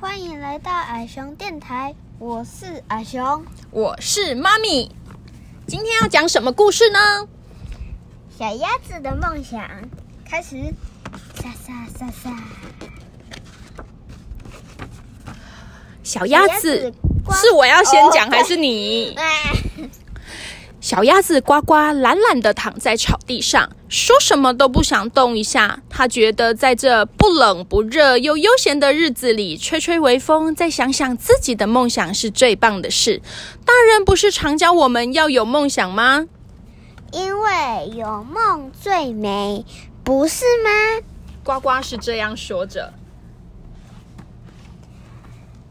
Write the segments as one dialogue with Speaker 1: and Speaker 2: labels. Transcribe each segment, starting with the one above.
Speaker 1: 欢迎来到矮熊电台，我是矮熊。
Speaker 2: 我是妈咪。今天要讲什么故事呢？
Speaker 1: 小鸭子的梦想开始，沙沙沙沙。
Speaker 2: 小鸭
Speaker 1: 小鸭
Speaker 2: 子
Speaker 1: 子呱
Speaker 2: 是我要先讲
Speaker 1: 哦
Speaker 2: 还是你？
Speaker 1: 哎，
Speaker 2: 小鸭子呱呱懒懒地躺在草地上，说什么都不想动一下。它觉得在这不冷不热又悠闲的日子里，吹吹微风，再想想自己的梦想是最棒的事。大人不是常教我们要有梦想吗？
Speaker 1: 因为有梦最美，不是吗？
Speaker 2: 呱呱是这样说着。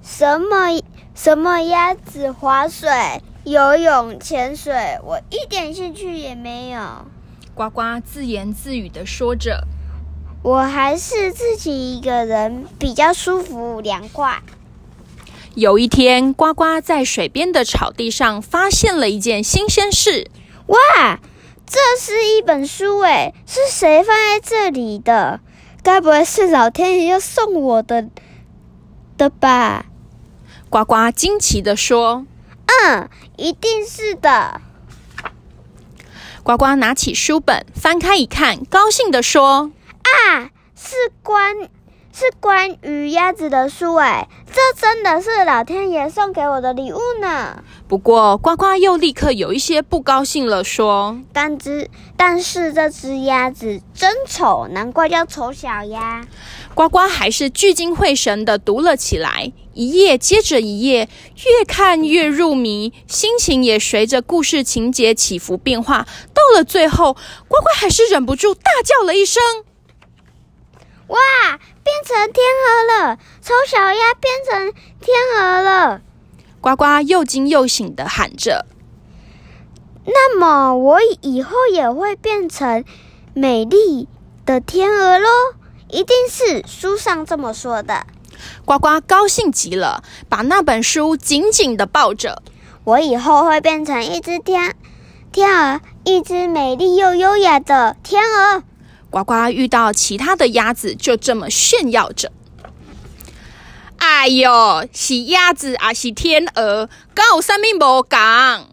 Speaker 1: 什么什么鸭子划水、游泳、潜水，我一点兴趣也没有。
Speaker 2: 呱呱自言自语地说着。
Speaker 1: 我还是自己一个人比较舒服凉快。
Speaker 2: 有一天，呱呱在水边的草地上发现了一件新鲜事。
Speaker 1: 哇，这是一本书诶，是谁放在这里的？该不会是老天爷要送我的的吧？
Speaker 2: 呱呱惊奇地说
Speaker 1: 嗯，一定是的。：“
Speaker 2: 呱呱拿起书本，翻开一看，高兴地说
Speaker 1: 啊，是关是关于鸭子的书哎，这真的是老天爷送给我的礼物呢。：‘
Speaker 2: 不过，呱呱又立刻有一些不高兴了，说
Speaker 1: 但只但是这只鸭子真丑，难怪叫丑小鸭。：‘
Speaker 2: 呱呱还是聚精会神地读了起来，一页接着一页，越看越入迷，心情也随着故事情节起伏变化。到了最后，呱呱还是忍不住大叫了一声。’
Speaker 1: 哇，变成天鹅了，丑小鸭变成天鹅了。
Speaker 2: 呱呱又惊又醒地喊着。”
Speaker 1: 那么我以后也会变成美丽的天鹅喽？一定是书上这么说的。
Speaker 2: 呱呱高兴极了，把那本书紧紧地抱着。
Speaker 1: 我以后会变成一只天天鹅，一只美丽又优雅的天鹅。
Speaker 2: 呱呱遇到其他的鸭子，就这么炫耀着。哎呦，是鸭子啊，是天鹅，跟有啥物无讲？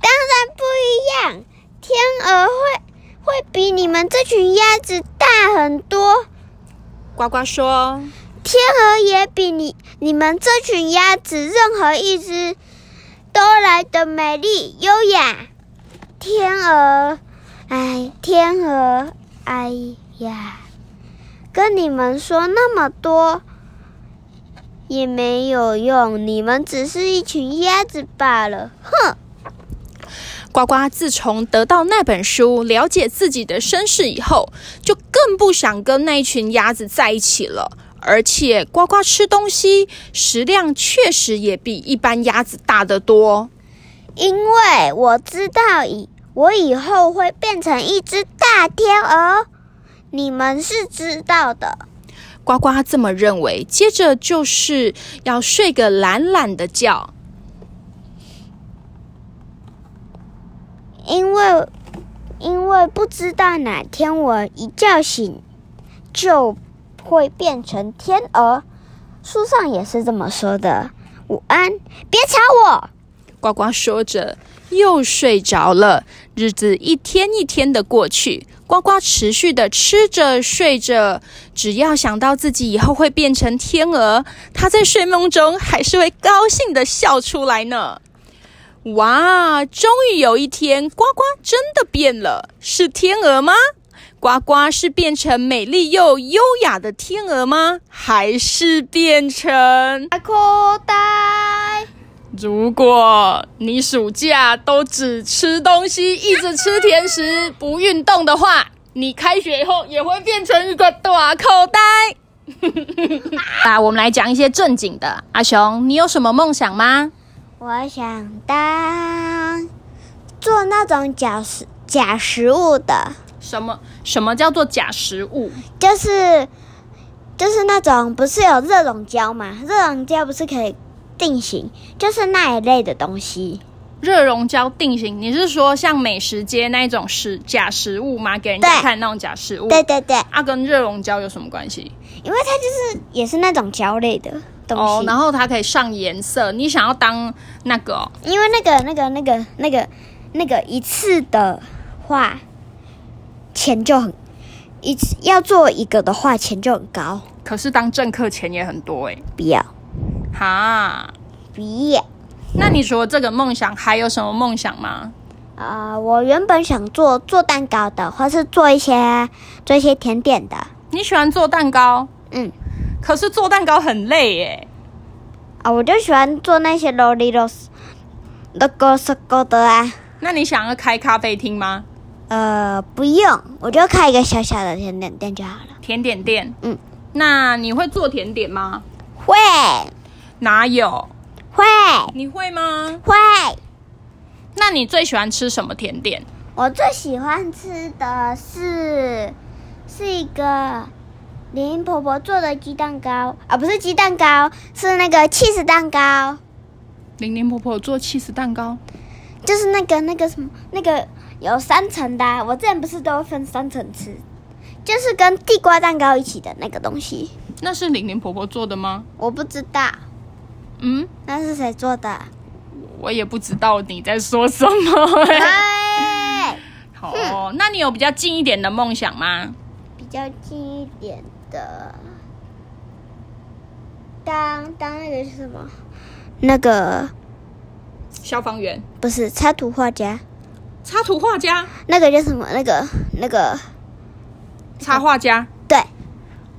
Speaker 1: 当然不一样，天鹅会会比你们这群鸭子大很多，
Speaker 2: 呱呱说
Speaker 1: 天鹅也比你你们这群鸭子任何一只都来的美丽优雅。天鹅，哎，天鹅，哎呀，跟你们说那么多也没有用，你们只是一群鸭子罢了。哼，：“
Speaker 2: 呱呱，自从得到那本书，了解自己的身世以后，就更不想跟那一群鸭子在一起了。而且，呱呱吃东西食量确实也比一般鸭子大得多。”
Speaker 1: 因为我知道以我以后会变成一只大天鹅，你们是知道的。
Speaker 2: 呱呱这么认为，接着就是要睡个懒懒的觉。
Speaker 1: 因为因为不知道哪天我一觉醒就会变成天鹅，书上也是这么说的。午安，别吵我。
Speaker 2: 呱呱说着，又睡着了。日子一天一天的过去，呱呱持续的吃着睡着。只要想到自己以后会变成天鹅，他在睡梦中还是会高兴的笑出来呢。哇！终于有一天，呱呱真的变了，是天鹅吗？呱呱是变成美丽又优雅的天鹅吗？还是变成……
Speaker 1: 阿口袋，
Speaker 2: 如果你暑假都只吃东西，一直吃甜食，不运动的话，你开学以后也会变成一个大口袋。 啊，我们来讲一些正经的。阿雄，你有什么梦想吗？
Speaker 1: 我想当做那种假食假食物的，
Speaker 2: 什么什么叫做假食物？
Speaker 1: 就是就是那种不是有热熔胶嘛？热熔胶不是可以定型，就是那一类的东西。
Speaker 2: 热熔胶定型，你是说像美食街那一种食假食物吗？给人家
Speaker 1: 对
Speaker 2: 看那种假食物，
Speaker 1: 对对对，
Speaker 2: 啊，跟热熔胶有什么关系？
Speaker 1: 因为它就是也是那种胶类的东西。
Speaker 2: 哦，然后它可以上颜色，你想要当那个、哦、
Speaker 1: 因为那个那个那个那个那个一次的话，钱就很一次要做一个的话，钱就很高。
Speaker 2: 可是当政客钱也很多哎、
Speaker 1: 不要
Speaker 2: 哈。
Speaker 1: 不要
Speaker 2: 那你除了这个梦想，还有什么梦想吗？
Speaker 1: 啊、呃我原本想做做蛋糕的，或是做一些做一些甜点的。
Speaker 2: 你喜欢做蛋糕，
Speaker 1: 嗯
Speaker 2: 可是做蛋糕很累欸耶。
Speaker 1: 啊、我就喜欢做那些 lolly rolls 那个是狗的啊。
Speaker 2: 那你想要开咖啡厅吗？
Speaker 1: 呃，不用，我就开一个小小的甜点店就好了。
Speaker 2: 甜点店，
Speaker 1: 嗯，
Speaker 2: 那你会做甜点吗？
Speaker 1: 会
Speaker 2: 哪有？
Speaker 1: 会
Speaker 2: 你会吗？
Speaker 1: 会，
Speaker 2: 那你最喜欢吃什么甜点？
Speaker 1: 我最喜欢吃的是是一个玲玲婆婆做的鸡蛋糕啊，不是鸡蛋糕，是那个 cheese 蛋糕，
Speaker 2: 玲玲婆婆做 cheese 蛋糕，
Speaker 1: 就是那个那个什么那个有三层的啊、我之前不是都会分三层吃，就是跟地瓜蛋糕一起的那个东西，
Speaker 2: 那是玲玲婆婆做的吗？
Speaker 1: 我不知道
Speaker 2: 嗯，
Speaker 1: 那是谁做的。
Speaker 2: 我也不知道你在说什么、欸
Speaker 1: 哎，
Speaker 2: 好哦、那你有比较近一点的梦想吗？
Speaker 1: 比较近一点的，当当那个是什么？那个。
Speaker 2: 消防员、
Speaker 1: 不是插图画家，
Speaker 2: 插图画家、
Speaker 1: 那个叫什么？那个那个，
Speaker 2: 插画家。
Speaker 1: 对，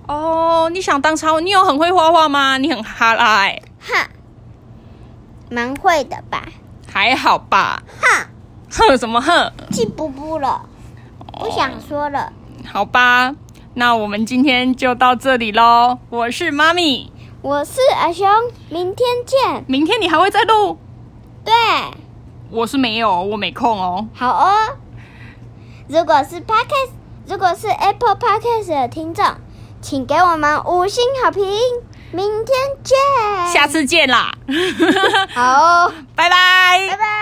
Speaker 2: 哦，你想当插？你有很会画画吗？你很哈拉哎、
Speaker 1: 哈，蛮会的吧？
Speaker 2: 还好吧？
Speaker 1: 哈，
Speaker 2: 哼什么哼？
Speaker 1: 记不不了，不想说了。
Speaker 2: 好吧，那我们今天就到这里喽。我是妈咪，
Speaker 1: 我是阿雄，明天见。
Speaker 2: 明天你还会再录？
Speaker 1: 对，
Speaker 2: 我是没有，我没空哦。
Speaker 1: 好哦。如果是 Podcast，如果是 Apple Podcast 的听众，请给我们五星好评。明天见，
Speaker 2: 下次见啦，
Speaker 1: 好哦、
Speaker 2: 拜拜
Speaker 1: 拜拜。